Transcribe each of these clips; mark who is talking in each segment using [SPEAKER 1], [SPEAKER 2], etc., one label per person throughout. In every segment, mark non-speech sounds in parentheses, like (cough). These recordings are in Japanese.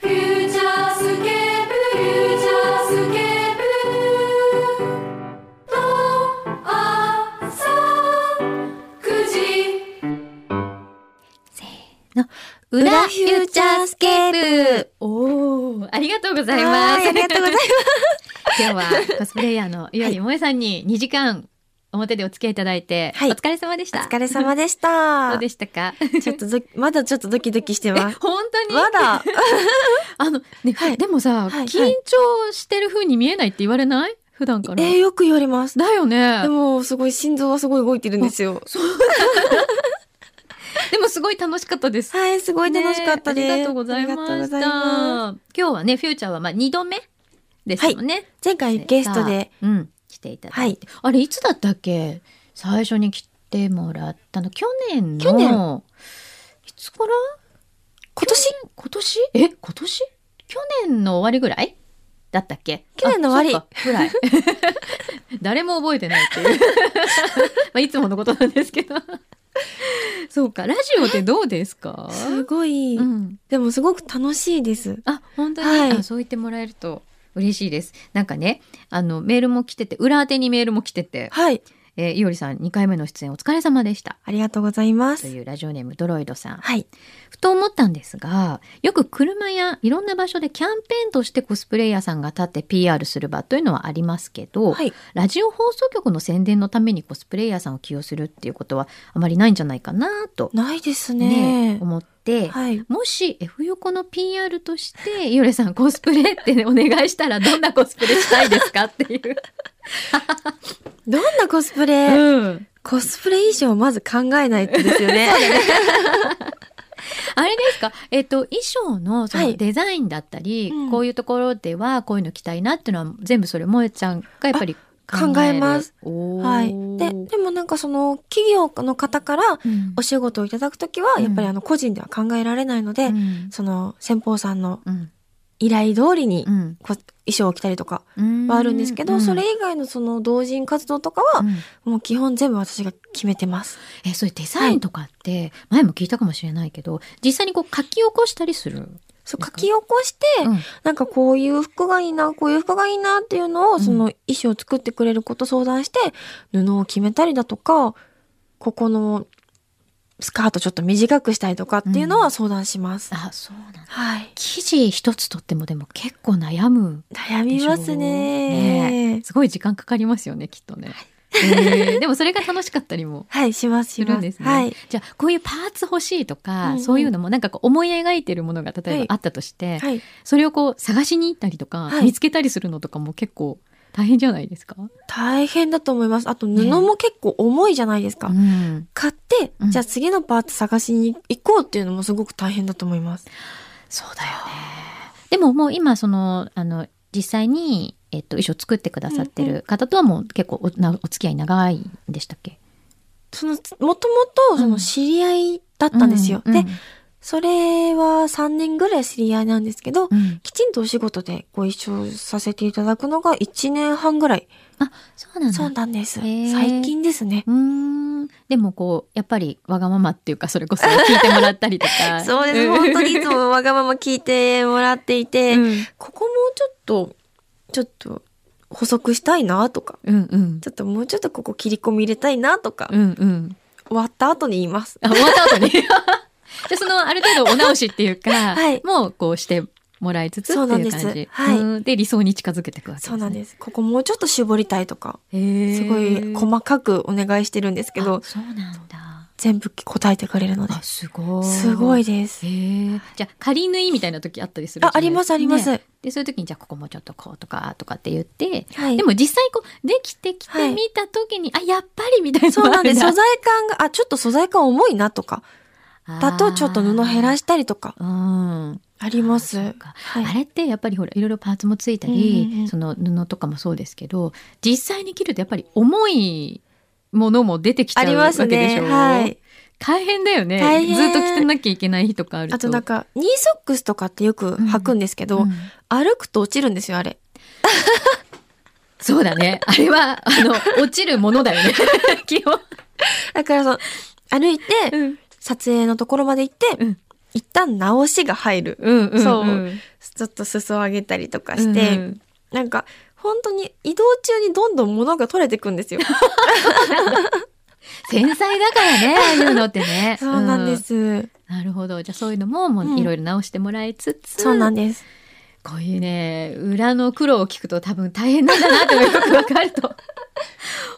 [SPEAKER 1] フューチャースケープフューチャースケープと朝九時
[SPEAKER 2] 裏フューチャースケープ
[SPEAKER 3] おーありがとうござい
[SPEAKER 2] は
[SPEAKER 3] ます。
[SPEAKER 2] ーいありがとうございます。
[SPEAKER 3] (laughs) 今日はコスプレイヤーのゆありもえさんに2時間表でお付き合いいただいて、
[SPEAKER 2] はい
[SPEAKER 3] お疲れ様でし
[SPEAKER 2] お
[SPEAKER 3] た。
[SPEAKER 2] 疲れ様でし
[SPEAKER 3] ど
[SPEAKER 2] た
[SPEAKER 3] う。でしたか
[SPEAKER 2] ちょっとどきまだちょっとドキドキして
[SPEAKER 3] (laughs)
[SPEAKER 2] ます。
[SPEAKER 3] 本当に、
[SPEAKER 2] まだ。
[SPEAKER 3] あの、ね
[SPEAKER 2] はい
[SPEAKER 3] でもさ、
[SPEAKER 2] いはい
[SPEAKER 3] 緊張してる風に見えないって言われない普段から。
[SPEAKER 2] えー、よく言われます。
[SPEAKER 3] だよね。
[SPEAKER 2] で
[SPEAKER 3] でも
[SPEAKER 2] も、すごい心臓はすごい動いてるんですよ。
[SPEAKER 3] すごい楽しかったです。
[SPEAKER 2] はい、すごい楽しかったです。
[SPEAKER 3] ねありがとうございま
[SPEAKER 2] ありがとうご
[SPEAKER 3] し
[SPEAKER 2] ざ
[SPEAKER 3] た。
[SPEAKER 2] いま
[SPEAKER 3] 今日はね、フューチャーはまあ2度目ですよね。
[SPEAKER 2] す前回ゲストで、、
[SPEAKER 3] うん、来ていただいて、あれいつだったっけ最初に来てもらったの去年の
[SPEAKER 2] 去年
[SPEAKER 3] いつから
[SPEAKER 2] 今年
[SPEAKER 3] 今年え今年去年の終わりぐらいだったっけ
[SPEAKER 2] 去年の終わ
[SPEAKER 3] あそうかぐらい (laughs) 誰も覚えてないっていう (laughs) まあいつものことなんですけどそうかラジオってどうですか
[SPEAKER 2] すごい、
[SPEAKER 3] うん、
[SPEAKER 2] でもすごく楽しいです。
[SPEAKER 3] あ本当に、
[SPEAKER 2] はい
[SPEAKER 3] あそう言ってもらえると嬉しいですなんかねあのメールも来てて裏宛てにメールも来てて
[SPEAKER 2] はい、
[SPEAKER 3] えー、いおりさん2回目の出演お疲れ様でした。
[SPEAKER 2] ありがとうございま
[SPEAKER 3] と
[SPEAKER 2] す。
[SPEAKER 3] いうラジオネームドロイドさん。
[SPEAKER 2] はい、
[SPEAKER 3] ふと思ったんですが、よく車やいろんな場所でキャンペーンとしてコスプレイヤーさんが立って PR する場というのはありますけど、
[SPEAKER 2] はい、
[SPEAKER 3] ラジオ放送局の宣伝のためにコスプレイヤーさんを起用するっていうことはあまりないんじゃないかなと、
[SPEAKER 2] ないです
[SPEAKER 3] ね
[SPEAKER 2] ね。
[SPEAKER 3] 思って、
[SPEAKER 2] はい、
[SPEAKER 3] もし F 横の PR として、いおりさんコスプレって、ね、お願いしたらどんなコスプレしたいですかって
[SPEAKER 2] (laughs)
[SPEAKER 3] いう。
[SPEAKER 2] どんなコスプレ、
[SPEAKER 3] うん
[SPEAKER 2] コスプレ衣装をまず考えないとですよね。
[SPEAKER 3] あれですか、えっと、衣装のそ
[SPEAKER 2] は
[SPEAKER 3] の
[SPEAKER 2] い
[SPEAKER 3] デザインだったり、
[SPEAKER 2] うん
[SPEAKER 3] こういうところではこういうの着たいなっていうのは全部それ萌えちゃんがやっぱり考える
[SPEAKER 2] 考えます。
[SPEAKER 3] おー
[SPEAKER 2] はい。で、でもなんかその企業の方から
[SPEAKER 3] うん
[SPEAKER 2] お仕事をいただくときは、
[SPEAKER 3] うん
[SPEAKER 2] やっぱりあの個人では考えられないので、
[SPEAKER 3] うん
[SPEAKER 2] その先方さんの
[SPEAKER 3] うん
[SPEAKER 2] 依頼通りに
[SPEAKER 3] うん
[SPEAKER 2] こ衣装を着たりとか
[SPEAKER 3] うん
[SPEAKER 2] はあるんですけど、
[SPEAKER 3] う
[SPEAKER 2] それ以外のその同人活動とかは
[SPEAKER 3] う、ん
[SPEAKER 2] もう基本全部私が決めてます。
[SPEAKER 3] えそういうデザインとかって前も聞いたかもしれないけど実際にこう書き起こしたりする、
[SPEAKER 2] そう書き起こして、
[SPEAKER 3] うん
[SPEAKER 2] なんかこういう服がいいな、こういう服がいいなっていうのを、
[SPEAKER 3] ん
[SPEAKER 2] その衣装を作ってくれること相談して、布を決めたりだとか、ここのスカートちょっと短くしたいとかっていうのは相談します。
[SPEAKER 3] あそうなんだ
[SPEAKER 2] はい。
[SPEAKER 3] 生地一つとってもでも結構悩む
[SPEAKER 2] 悩みますね
[SPEAKER 3] ねすごい時間かかりますよねきっとね、
[SPEAKER 2] (laughs)
[SPEAKER 3] えーでもそれが楽しかったりも
[SPEAKER 2] はい、します、し
[SPEAKER 3] す
[SPEAKER 2] ます。
[SPEAKER 3] るんですね。
[SPEAKER 2] はい。
[SPEAKER 3] じゃあこういうパーツ欲しいとか、
[SPEAKER 2] うんうん
[SPEAKER 3] そういうのもなんかこう思い描いてるものが例え
[SPEAKER 2] はい
[SPEAKER 3] ばあったとして、
[SPEAKER 2] はい。
[SPEAKER 3] それをこう探しに行ったりとか、
[SPEAKER 2] はい
[SPEAKER 3] 見つけたりするのとかも結構大変じゃないですか。
[SPEAKER 2] 大変だと思います。あと、布
[SPEAKER 3] ね
[SPEAKER 2] も結構重いじゃないですか。
[SPEAKER 3] うん
[SPEAKER 2] 買って、
[SPEAKER 3] うん
[SPEAKER 2] じゃあ次のパーツ探しに行こうっていうのもすごく大変だと思います。
[SPEAKER 3] そうだよね。でももう今そのあの実際にえっと衣装作ってくださって
[SPEAKER 2] うんう
[SPEAKER 3] る方とはもう結構おなお付き合い長いんでしたっけ？
[SPEAKER 2] その、もともと、その、知り合いだったんですよ。
[SPEAKER 3] うん
[SPEAKER 2] で、それは3年ぐらい知り合いなんですけど、
[SPEAKER 3] うん
[SPEAKER 2] きちんとお仕事でご一緒させていただくのが1年半ぐらい。
[SPEAKER 3] あそうなんだ。
[SPEAKER 2] そうなんです。
[SPEAKER 3] へー
[SPEAKER 2] 最近ですね。
[SPEAKER 3] うーんでもこうやっぱりわがままっていうかそ
[SPEAKER 2] (laughs)
[SPEAKER 3] れこそ聞いてもらったりとか
[SPEAKER 2] そうです。
[SPEAKER 3] ん
[SPEAKER 2] 本当にいつ
[SPEAKER 3] (laughs)
[SPEAKER 2] もわがまま聞いてもらっていて、
[SPEAKER 3] うん
[SPEAKER 2] ここもうちょっと、ちょっと補足したいなとか、
[SPEAKER 3] うんうん
[SPEAKER 2] ちょっともうちょっとここ切り込み入れたいなとか、
[SPEAKER 3] うんうん
[SPEAKER 2] 終わった後に言います。
[SPEAKER 3] あ終わった後に (laughs) じゃあそのある程度お直しっていうか、
[SPEAKER 2] はい
[SPEAKER 3] もうこうしてもらいつつって
[SPEAKER 2] そうなん
[SPEAKER 3] い
[SPEAKER 2] で
[SPEAKER 3] う
[SPEAKER 2] す
[SPEAKER 3] 感じ
[SPEAKER 2] はい
[SPEAKER 3] うんで理想に近づけていくわけです、
[SPEAKER 2] そう
[SPEAKER 3] ね、
[SPEAKER 2] なんです。ここもうちょっと絞りたいとか、
[SPEAKER 3] へー
[SPEAKER 2] すごい細かくお願いしてるんですけど
[SPEAKER 3] あ、そうなんだ
[SPEAKER 2] 全部答えてくれるので
[SPEAKER 3] あ、すごい
[SPEAKER 2] すごいです。
[SPEAKER 3] へーじゃあ仮縫いみたいな時あったりする
[SPEAKER 2] あ、あります、あります。
[SPEAKER 3] ねでそういう時にじゃあここもちょっとこうとかとかって言って
[SPEAKER 2] はい。
[SPEAKER 3] でも実際こうできてき
[SPEAKER 2] は
[SPEAKER 3] て
[SPEAKER 2] い
[SPEAKER 3] 見た時に、あやっぱりみたいな
[SPEAKER 2] そうなんです。素
[SPEAKER 3] の
[SPEAKER 2] 材感が、あ、ちょっと素材感重いなとか、だとちょっと布減ら
[SPEAKER 3] し
[SPEAKER 2] したりとか、
[SPEAKER 3] うん
[SPEAKER 2] ああります。
[SPEAKER 3] そうか
[SPEAKER 2] はい
[SPEAKER 3] あれってやっぱりほらいろいろパーツもついたり、
[SPEAKER 2] うんうんうん
[SPEAKER 3] その布とかもそうですけど実際に切るとやっぱり重いものも出てきちゃ
[SPEAKER 2] あ
[SPEAKER 3] う
[SPEAKER 2] り
[SPEAKER 3] わ
[SPEAKER 2] ま
[SPEAKER 3] け
[SPEAKER 2] す
[SPEAKER 3] でし
[SPEAKER 2] ね。
[SPEAKER 3] ょ、
[SPEAKER 2] はい。
[SPEAKER 3] 大変だよね
[SPEAKER 2] 大変
[SPEAKER 3] ずっと着てなきゃいけない日とかあると
[SPEAKER 2] あとなんか、ニーソックスとかってよく履くんですけど、
[SPEAKER 3] うん
[SPEAKER 2] 歩くと落ちるんですよ、あれ。
[SPEAKER 3] そうだ
[SPEAKER 2] (laughs)
[SPEAKER 3] ねあれはあの落ちるものだよね (laughs) 基本、
[SPEAKER 2] だからその、歩いて、
[SPEAKER 3] うん
[SPEAKER 2] 撮影のところまで行って、
[SPEAKER 3] うん
[SPEAKER 2] 一旦直しが入る。
[SPEAKER 3] うんうん
[SPEAKER 2] そうんちょっと裾を上げたりとかして、
[SPEAKER 3] うんうん
[SPEAKER 2] なんか、本当に移動中にどんどん物が取れてくんですよ。
[SPEAKER 3] 繊細だから
[SPEAKER 2] (laughs)
[SPEAKER 3] ねああいうのってね
[SPEAKER 2] (laughs) そうなんで、す。
[SPEAKER 3] うんなるほどじゃあそういうのももういろいろ直してもらいつつ、
[SPEAKER 2] そうなんです。
[SPEAKER 3] こういうね、裏の苦労を聞くと多分大変なんだなっていうのがよくわかる
[SPEAKER 2] (laughs)
[SPEAKER 3] と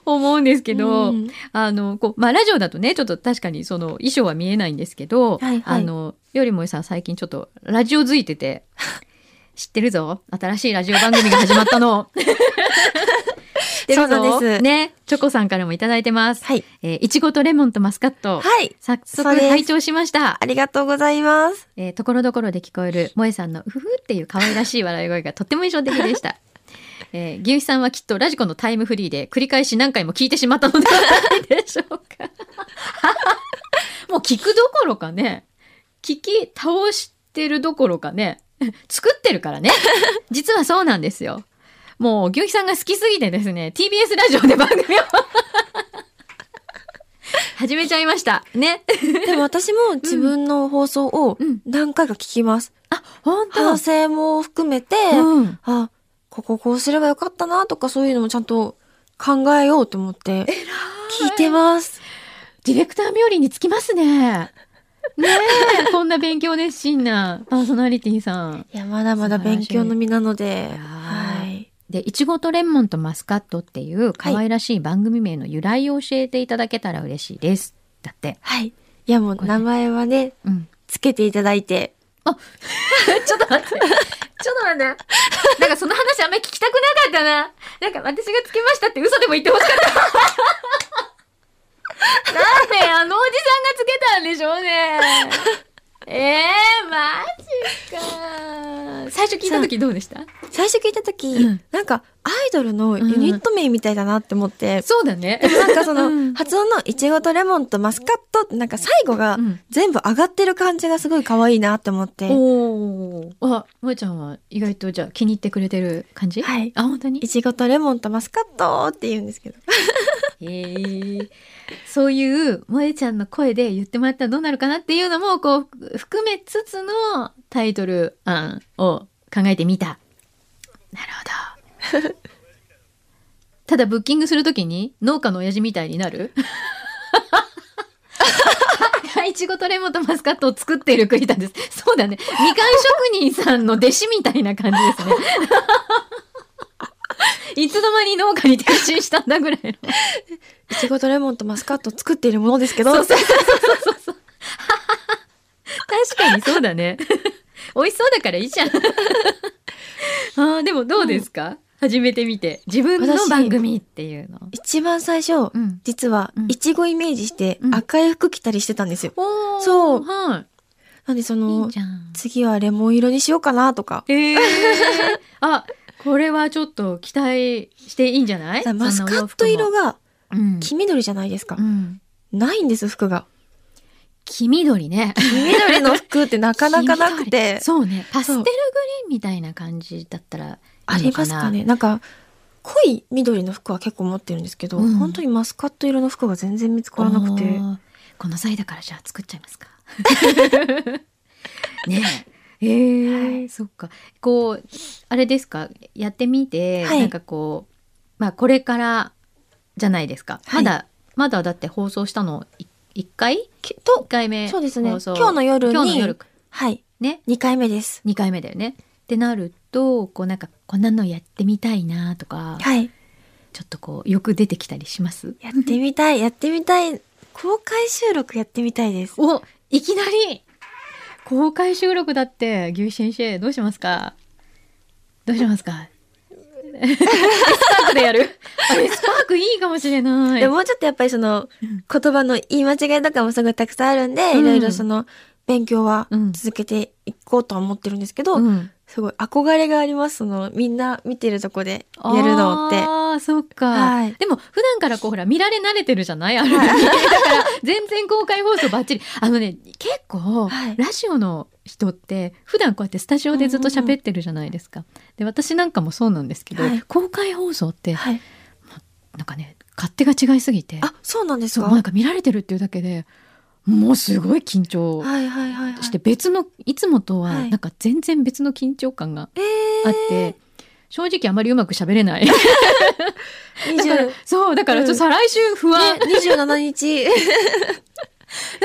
[SPEAKER 3] 思うんですけ
[SPEAKER 2] う
[SPEAKER 3] ど、
[SPEAKER 2] ん
[SPEAKER 3] あの、こう、まあ、ラジオだとね、ちょっと確かにその衣装は見えないんですけ
[SPEAKER 2] は
[SPEAKER 3] ど、
[SPEAKER 2] いはい
[SPEAKER 3] あの、よりもえさん最近ちょっとラジオづいてて、 (laughs) 知ってるぞ。新しいラジオ番組が始まったの。知ってるぞ
[SPEAKER 2] そうなんです
[SPEAKER 3] ね、チョコさんからもいただいてます。
[SPEAKER 2] はい。
[SPEAKER 3] えー、いちごとレモンとマスカット。
[SPEAKER 2] はい。
[SPEAKER 3] 早速
[SPEAKER 2] そうです
[SPEAKER 3] 拝聴しました。
[SPEAKER 2] ありがとうございます。
[SPEAKER 3] えーところどころで聞こえる萌さんのうふふっていう可愛らしい笑い声がとっても印象的
[SPEAKER 2] (laughs)
[SPEAKER 3] でした。えー、牛肥さんはきっとラジコのタイムフリーで繰り返し何回も聞いてしまったのではないでしょ
[SPEAKER 2] (laughs)
[SPEAKER 3] うか。もう聞くどころかね、聞き倒してるどころかね、作ってるからね。実はそうなんですよ。もう牛肥さんが好きすぎてですね、TBS ラジオで番組を (laughs) 始めちゃいました。ね。
[SPEAKER 2] (laughs) でも私も自分の放送を
[SPEAKER 3] うん
[SPEAKER 2] 何回か聞きます。
[SPEAKER 3] あ、本
[SPEAKER 2] 反省も含めて、
[SPEAKER 3] うん。
[SPEAKER 2] あ、こここうすればよかったなとかそういうのもちゃんと考えようと思って、聞いてます。
[SPEAKER 3] ディレクター冥利につきます (laughs) ね。ねえ、こんな勉強熱心なパーソナリティさん。
[SPEAKER 2] いや、まだまだ勉強の身なので、
[SPEAKER 3] い
[SPEAKER 2] はい。
[SPEAKER 3] で、いちごとレモンとマスカットっていう可愛らしい番組名の由来を教えていただけたら嬉しいです。だって。
[SPEAKER 2] はい。いや、もう名前はね、
[SPEAKER 3] うん。
[SPEAKER 2] つけていただいて、
[SPEAKER 3] ちょっと待って。ちょっと待って。なんかその話あんまり聞きたくなかったな。なんか私がつけましたって嘘でも言ってほしかった。なんであのおじさんがつけたんでしょうね。えー、マジか。最初聞いた時どうでした
[SPEAKER 2] 最初聞いた時、
[SPEAKER 3] うん
[SPEAKER 2] なんかアイドルのユニット名みたいだなって思って、
[SPEAKER 3] そうだね。
[SPEAKER 2] なんかその、
[SPEAKER 3] うん
[SPEAKER 2] 発音のイチゴとレモンとマスカットってなんか最後が
[SPEAKER 3] うん
[SPEAKER 2] 全部上がってる感じがすごい可愛いなって思って、
[SPEAKER 3] おーあ、萌ちゃんは意外とじゃあ気に入ってくれてる感じ
[SPEAKER 2] はい
[SPEAKER 3] あ、本当に
[SPEAKER 2] いちごとレモンとマスカットって言うんですけど。
[SPEAKER 3] へえそういう萌えちゃんの声で言ってもらったらどうなるかなっていうのもこうふ含めつつのタイトル案を考えてみたなるほどただブッキングするときに農家の親父みたいにな (laughs) るいちごとレモンとマスカットを作っている栗田ですそうだねみかん職人さんの弟子みたいな感じです (laughs) ねいつの間に農家に転身したんだぐらいの
[SPEAKER 2] いちごとレモンとマスカットを作っているものですけど、
[SPEAKER 3] そうそうそうそうそう。確かにそう
[SPEAKER 2] (laughs)
[SPEAKER 3] だね。美味しそうだからいいじゃん。あーでもどうですか、始めてみて。自分の番組っていうの。
[SPEAKER 2] 一番最初、
[SPEAKER 3] うん
[SPEAKER 2] 実は
[SPEAKER 3] うん
[SPEAKER 2] いちごイメージして
[SPEAKER 3] うん
[SPEAKER 2] 赤い服着たりしてたんですよ。
[SPEAKER 3] おー
[SPEAKER 2] そう
[SPEAKER 3] はい。
[SPEAKER 2] なんでそ
[SPEAKER 3] い
[SPEAKER 2] の
[SPEAKER 3] いじゃん。
[SPEAKER 2] 次はレモン色にしようかなとか。
[SPEAKER 3] えー、 (laughs) あ、これはちょっと期待していいんじゃない
[SPEAKER 2] さマスカット色
[SPEAKER 3] が、
[SPEAKER 2] が
[SPEAKER 3] うん
[SPEAKER 2] 黄緑じゃないですか
[SPEAKER 3] う。ん
[SPEAKER 2] ないんです、服が。
[SPEAKER 3] (laughs) 黄緑ね。。
[SPEAKER 2] 黄緑の服ってなかなかなくて
[SPEAKER 3] そうね。パステ
[SPEAKER 2] そう
[SPEAKER 3] ルグリーンみたいな感じだったらいいのな
[SPEAKER 2] ありますかねなんか濃い緑の服は結構持ってるんですけど、
[SPEAKER 3] うん
[SPEAKER 2] 本当にマスカット色の服が全然見つからなくて
[SPEAKER 3] あーこの際だからじゃあ作っちゃ
[SPEAKER 2] (laughs)
[SPEAKER 3] いますかねええーそっかこうあれですかやってみて、
[SPEAKER 2] はい
[SPEAKER 3] なんかこうまあこれからじゃないですか、
[SPEAKER 2] はい
[SPEAKER 3] まだまだだって放送したのい一回
[SPEAKER 2] きと
[SPEAKER 3] 一回目
[SPEAKER 2] そうですね
[SPEAKER 3] 放送
[SPEAKER 2] 今日の夜に
[SPEAKER 3] 今日の夜か
[SPEAKER 2] はい
[SPEAKER 3] ね
[SPEAKER 2] 2回目です
[SPEAKER 3] 二回目だよねってなるとこうなんかこんなのやってみたいなとか
[SPEAKER 2] はい
[SPEAKER 3] ちょっとこうよく出てきたりします
[SPEAKER 2] やってみた
[SPEAKER 3] (laughs)
[SPEAKER 2] いやってみたい公開収録やってみたいです
[SPEAKER 3] おいきなり公開収録だって牛先生どうしますかどうしますかスパークでやるあれスパークいいかもしれない
[SPEAKER 2] でももうちょっとやっぱりその言葉の言い間違いとかもすごいたくさんあるんで、
[SPEAKER 3] うん
[SPEAKER 2] いろいろその勉強は
[SPEAKER 3] うん
[SPEAKER 2] 続けていこうとは思ってるんですけど、
[SPEAKER 3] うん
[SPEAKER 2] すごい憧れがあります。その、みんな見てるとこでやるのって。
[SPEAKER 3] ああ、そっか。
[SPEAKER 2] はい
[SPEAKER 3] でも、普段からこう、ほら、見られ慣れてるじゃないある意味。だから、全然公開放送バッチリ。あのね、結構、
[SPEAKER 2] はい
[SPEAKER 3] ラジオの人って、普段こうやってスタジオでずっと喋ってるじゃないですか。で、私なんかもそうなんですけど、
[SPEAKER 2] はい
[SPEAKER 3] 公開放送って、
[SPEAKER 2] はい。
[SPEAKER 3] なんかね、勝手が違いすぎて、
[SPEAKER 2] あ、そうなんです
[SPEAKER 3] そう、
[SPEAKER 2] か
[SPEAKER 3] もうなんか見られてるっていうだけで、もうすごい緊張
[SPEAKER 2] はいはいはい、はい。
[SPEAKER 3] して、別の、いつもと
[SPEAKER 2] は
[SPEAKER 3] は、
[SPEAKER 2] い
[SPEAKER 3] なんか全然別の緊張感が
[SPEAKER 2] え
[SPEAKER 3] あって、正直あまりうまく喋れない。
[SPEAKER 2] ー、
[SPEAKER 3] だから
[SPEAKER 2] 20、
[SPEAKER 3] (laughs) そう、だからちょっと再来週不安。
[SPEAKER 2] ね、27日。
[SPEAKER 3] (laughs) だ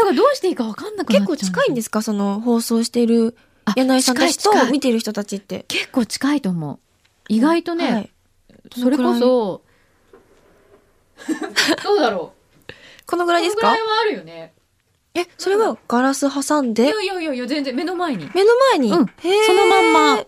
[SPEAKER 3] からどうしていいか分かんなくなっちゃ
[SPEAKER 2] 結
[SPEAKER 3] う。。
[SPEAKER 2] 構近いんですすかその放送している柳井さんたちと
[SPEAKER 3] 近い近い
[SPEAKER 2] 見てる人たちって。
[SPEAKER 3] 結構近いと思う。意外とね、
[SPEAKER 2] はい
[SPEAKER 3] それこそ、どう
[SPEAKER 2] (laughs)
[SPEAKER 3] だろう。
[SPEAKER 2] このぐ
[SPEAKER 3] こ
[SPEAKER 2] ら
[SPEAKER 3] の
[SPEAKER 2] いです
[SPEAKER 3] ぐら
[SPEAKER 2] か
[SPEAKER 3] いはあるよね。
[SPEAKER 2] え、それはガラス挟ん
[SPEAKER 3] い
[SPEAKER 2] で
[SPEAKER 3] や、いやいやいや、全然目の前に。
[SPEAKER 2] 目の前に、
[SPEAKER 3] うん
[SPEAKER 2] へー
[SPEAKER 3] そのまんま、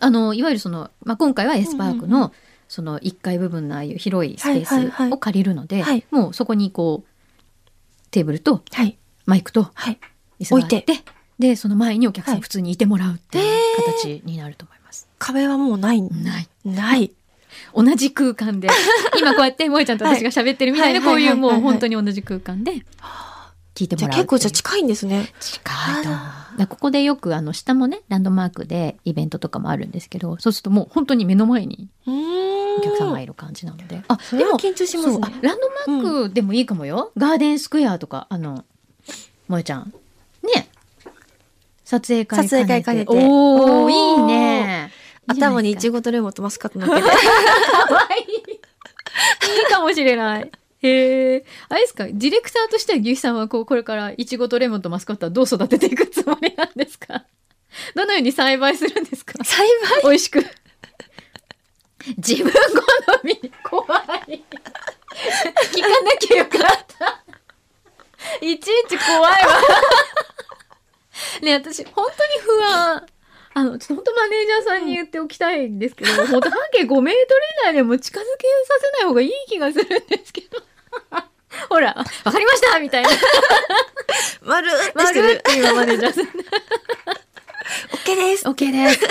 [SPEAKER 3] あの、いわゆるその、まあ、今回はエスパークの、
[SPEAKER 2] うん
[SPEAKER 3] その1階部分のああいう広いスペ
[SPEAKER 2] はいはいは
[SPEAKER 3] ー
[SPEAKER 2] い
[SPEAKER 3] スを借りるので、
[SPEAKER 2] はい
[SPEAKER 3] もうそこにこう、テーブルと
[SPEAKER 2] はい。
[SPEAKER 3] マイクと
[SPEAKER 2] はい。
[SPEAKER 3] 椅子があって
[SPEAKER 2] 置
[SPEAKER 3] でその前にお客さ
[SPEAKER 2] は
[SPEAKER 3] ん
[SPEAKER 2] い
[SPEAKER 3] 普通にいてもらうっていう形になると思います。
[SPEAKER 2] 壁はもうない。
[SPEAKER 3] ない
[SPEAKER 2] ない。
[SPEAKER 3] 同じ空
[SPEAKER 2] (laughs)
[SPEAKER 3] 間で今こうやって萌えちゃんと私が喋ってるみたいな
[SPEAKER 2] はい
[SPEAKER 3] こういうも
[SPEAKER 2] は
[SPEAKER 3] う
[SPEAKER 2] いはいはいはい
[SPEAKER 3] 本当に同じ空間で聞いて
[SPEAKER 2] じ
[SPEAKER 3] も
[SPEAKER 2] ゃあ
[SPEAKER 3] らう
[SPEAKER 2] 結
[SPEAKER 3] っていう
[SPEAKER 2] 構じゃあ近いんですね。
[SPEAKER 3] 近いと思う。だ
[SPEAKER 2] あ
[SPEAKER 3] からここでよくあの下もねランドマークでイベントとかもあるんですけどそうするともう本当に目の前に
[SPEAKER 2] うーん。
[SPEAKER 3] お客さんがいる感じなのであ
[SPEAKER 2] そ
[SPEAKER 3] で
[SPEAKER 2] れは
[SPEAKER 3] も
[SPEAKER 2] 緊張しま
[SPEAKER 3] そ
[SPEAKER 2] す
[SPEAKER 3] うあ
[SPEAKER 2] ね。
[SPEAKER 3] ランドマークでもいいかもよ、ガーデンスクエアとかあの萌えちゃんね撮影会兼ね
[SPEAKER 2] 撮影会兼ねて
[SPEAKER 3] お
[SPEAKER 2] お
[SPEAKER 3] お
[SPEAKER 2] ー
[SPEAKER 3] いいね
[SPEAKER 2] 頭にイチ
[SPEAKER 3] 応
[SPEAKER 2] ゴとレモンとマスカット乗ってて。
[SPEAKER 3] かわいいいいかもしれないへえあれですかディレクターとしては牛肥さんはこうこれからいちごとレモンとマスカットはどう育てていくつもりなんですかどのように栽培するんですか
[SPEAKER 2] 栽培
[SPEAKER 3] 美味しく自分好み怖い聞かなきゃよかったいちいち怖いわねえ私本当に不安あのちょっと本当マネージャーさんに言っておきたいん (laughs) ですけど、本当半径5メートル以内でも近づけさせない方がいい気がするんですけどほらわかりましたみたいな
[SPEAKER 2] 丸って
[SPEAKER 3] 「
[SPEAKER 2] して
[SPEAKER 3] 丸っ
[SPEAKER 2] る。
[SPEAKER 3] ていうマネージャーさん
[SPEAKER 2] オッケーです。
[SPEAKER 3] OK です (laughs)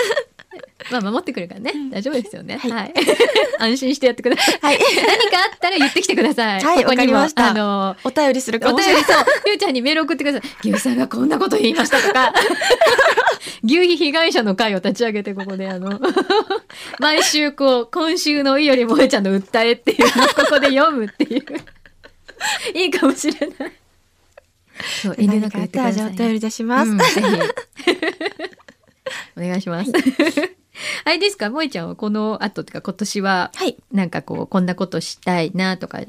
[SPEAKER 3] まあ守ってくるからね、大丈夫ですよね
[SPEAKER 2] はい
[SPEAKER 3] はい、 (laughs) 安心してやってください
[SPEAKER 2] はい。
[SPEAKER 3] 何かあったら言ってきてください。
[SPEAKER 2] はい
[SPEAKER 3] ここにも
[SPEAKER 2] わかりました
[SPEAKER 3] あの、
[SPEAKER 2] お便りするか
[SPEAKER 3] お
[SPEAKER 2] もし
[SPEAKER 3] 便
[SPEAKER 2] れな
[SPEAKER 3] り
[SPEAKER 2] い。
[SPEAKER 3] そう、ゆうちゃんにメール送ってください。牛さんがこんなこと言いましたとか、 (laughs) 牛皮被害者の会を立ち上げて、ここであの、 (laughs) 毎週こう、今週のいよりもえちゃんの訴えっていうのを (laughs) ここで読むっていう。いいかもしれない。そう、遠慮な
[SPEAKER 2] 何
[SPEAKER 3] く
[SPEAKER 2] かあっ
[SPEAKER 3] 言ってく
[SPEAKER 2] たら
[SPEAKER 3] だ
[SPEAKER 2] じゃあ
[SPEAKER 3] さ
[SPEAKER 2] お
[SPEAKER 3] いね、
[SPEAKER 2] 便り出します。
[SPEAKER 3] うんぜ
[SPEAKER 2] (laughs)
[SPEAKER 3] ひお願いします。あれですか、萌えちゃんはこの後っていうか今年は、
[SPEAKER 2] はい
[SPEAKER 3] なんかこう、こんなことしたいなとか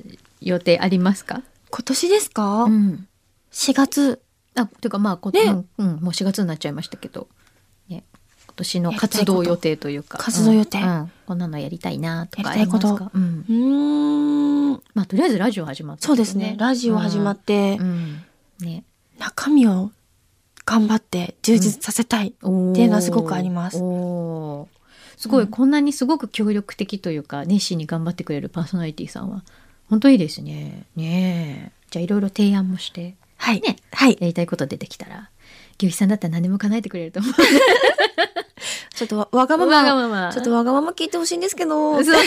[SPEAKER 3] 予定ありますか
[SPEAKER 2] 今年ですか、
[SPEAKER 3] ん。
[SPEAKER 2] ?4 月。
[SPEAKER 3] あ、ていうかまあ、こ
[SPEAKER 2] ね
[SPEAKER 3] うんうん、もう4月になっちゃいましたけど、ね、今年の活動予定というか。
[SPEAKER 2] やりたいこと活動予定
[SPEAKER 3] うんうんこんなのやりたいなとかあ
[SPEAKER 2] や
[SPEAKER 3] り
[SPEAKER 2] りた
[SPEAKER 3] ま
[SPEAKER 2] い
[SPEAKER 3] す
[SPEAKER 2] こ
[SPEAKER 3] かうん
[SPEAKER 2] うーん。
[SPEAKER 3] まあ、とりあえずラジオ始まったけ
[SPEAKER 2] そ
[SPEAKER 3] ど、。
[SPEAKER 2] うですね。ラジオ始まってて、
[SPEAKER 3] うん。ね。
[SPEAKER 2] 中身を頑張って充実させたい。
[SPEAKER 3] って
[SPEAKER 2] いうのはすごくあります
[SPEAKER 3] おーすごい、
[SPEAKER 2] うん
[SPEAKER 3] こんなにすごく協力的というか熱心に頑張ってくれるパーソナリティさんは本当いいですね。ねえじゃあいろいろ提案もして
[SPEAKER 2] はい。
[SPEAKER 3] ね
[SPEAKER 2] はい。
[SPEAKER 3] やりたいこと出てきたら牛肥さんだったら何でも叶えてくれると思う。
[SPEAKER 2] ちょっとわわがま
[SPEAKER 3] わが
[SPEAKER 2] ま、
[SPEAKER 3] まま
[SPEAKER 2] ちょっとわがまま聞いてほしいんですけど、
[SPEAKER 3] そうそうそう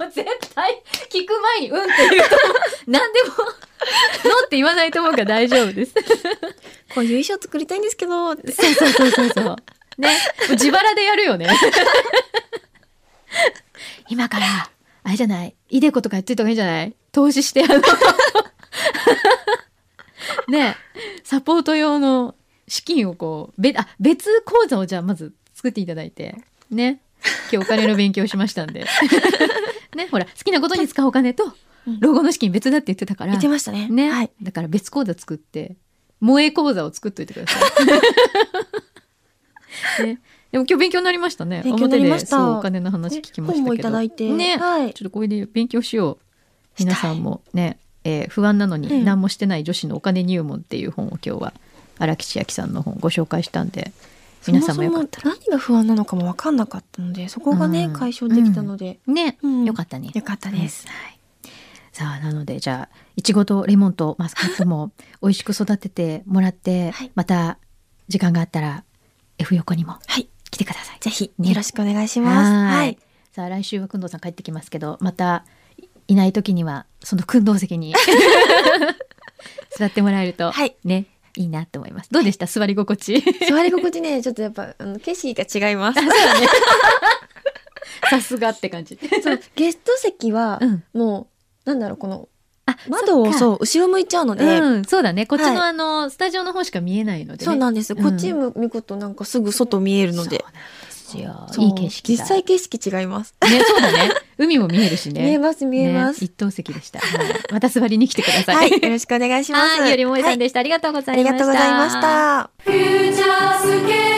[SPEAKER 3] もう絶対聞く前に「うん」って言うと思う何でも (laughs) 「の」って言わないと思うから大丈夫です。
[SPEAKER 2] こういう衣装作りたいんですけど、って
[SPEAKER 3] そうそうそうそうそう。ね、自腹でやるよね。 (laughs) 今から、あれじゃない、イデコとかやってた方がいいんじゃない投資して、あの、 (laughs) ね、サポート用の資金をこう、べあ、別口座をじゃあまず作っていただいて、ね、今日お金の勉強しましたんで。ね、ほら、好きなことに使うお金と、老後の資金別だって言ってたから。
[SPEAKER 2] 言ってましたね。
[SPEAKER 3] ね、
[SPEAKER 2] はい。
[SPEAKER 3] だから別講座作って萌え講座を作っといてくださ
[SPEAKER 2] (laughs)
[SPEAKER 3] い。ね、でも今日勉強になりましたね。
[SPEAKER 2] 勉強になりました
[SPEAKER 3] 表でそうお金の話聞きま
[SPEAKER 2] ね
[SPEAKER 3] したけど。
[SPEAKER 2] 本もいただいて
[SPEAKER 3] ね、
[SPEAKER 2] はい
[SPEAKER 3] ちょっとこれで勉強しよう。
[SPEAKER 2] したい
[SPEAKER 3] 皆さんもね、えー不安なの
[SPEAKER 2] う
[SPEAKER 3] に
[SPEAKER 2] ん
[SPEAKER 3] 何もしてない女子のお金入門っていう本を今日は荒木千秋さんの本ご紹介したんで、皆さんもよかった
[SPEAKER 2] そもそも何が不安なのかも分かんなかったので、そこがね、
[SPEAKER 3] うん
[SPEAKER 2] 解消できたので、
[SPEAKER 3] ね、
[SPEAKER 2] うん
[SPEAKER 3] よかったね。
[SPEAKER 2] よかったです。
[SPEAKER 3] はい。さあなのでじゃあいちごとレモンとマスカットも美味しく育ててもらって、
[SPEAKER 2] はい
[SPEAKER 3] また時間があったら F 横にも
[SPEAKER 2] はい。
[SPEAKER 3] 来てください。
[SPEAKER 2] ぜひ、
[SPEAKER 3] ね
[SPEAKER 2] よろしくお願いします。
[SPEAKER 3] はーい
[SPEAKER 2] はい。
[SPEAKER 3] さあ来週はくんどうさん帰ってきますけどまたいない時にはそのくんど
[SPEAKER 2] (laughs)
[SPEAKER 3] う席に座ってもらえると、
[SPEAKER 2] はい
[SPEAKER 3] ねいいなと思います。どうでした座り
[SPEAKER 2] (laughs)
[SPEAKER 3] 心地
[SPEAKER 2] 座り心地ね、ちょっとやっぱ、あの、景色が違い
[SPEAKER 3] (laughs)
[SPEAKER 2] ます。
[SPEAKER 3] さすがって感じ。
[SPEAKER 2] (laughs) そう、ゲスト席は
[SPEAKER 3] う、ん、
[SPEAKER 2] もう、なんだろう、この、
[SPEAKER 3] あ
[SPEAKER 2] 窓を
[SPEAKER 3] そっか
[SPEAKER 2] そう、後ろ向いちゃうので、
[SPEAKER 3] うん、そうだね。こっちの、
[SPEAKER 2] はい
[SPEAKER 3] あの、スタジオの方しか見えないので、ね。
[SPEAKER 2] そうなんです。
[SPEAKER 3] うん
[SPEAKER 2] こっち向くとなんかすぐ外見えるので。
[SPEAKER 3] そうなんです
[SPEAKER 2] そう
[SPEAKER 3] よ。いい景色だ。
[SPEAKER 2] 実際景色違います。
[SPEAKER 3] ね、そうだね。海も見えるしね。
[SPEAKER 2] 見えます、見えます。
[SPEAKER 3] ね一等席でした。はいまた座りに来てくださ。
[SPEAKER 2] はいい、よろしくお願いします。
[SPEAKER 3] (laughs) はいよりもえさん
[SPEAKER 2] はい
[SPEAKER 3] でした。ありがとうござ
[SPEAKER 2] あ
[SPEAKER 3] いま
[SPEAKER 2] り
[SPEAKER 3] し
[SPEAKER 2] が
[SPEAKER 3] た。
[SPEAKER 2] とうございまし。た。
[SPEAKER 1] フューチャースケープ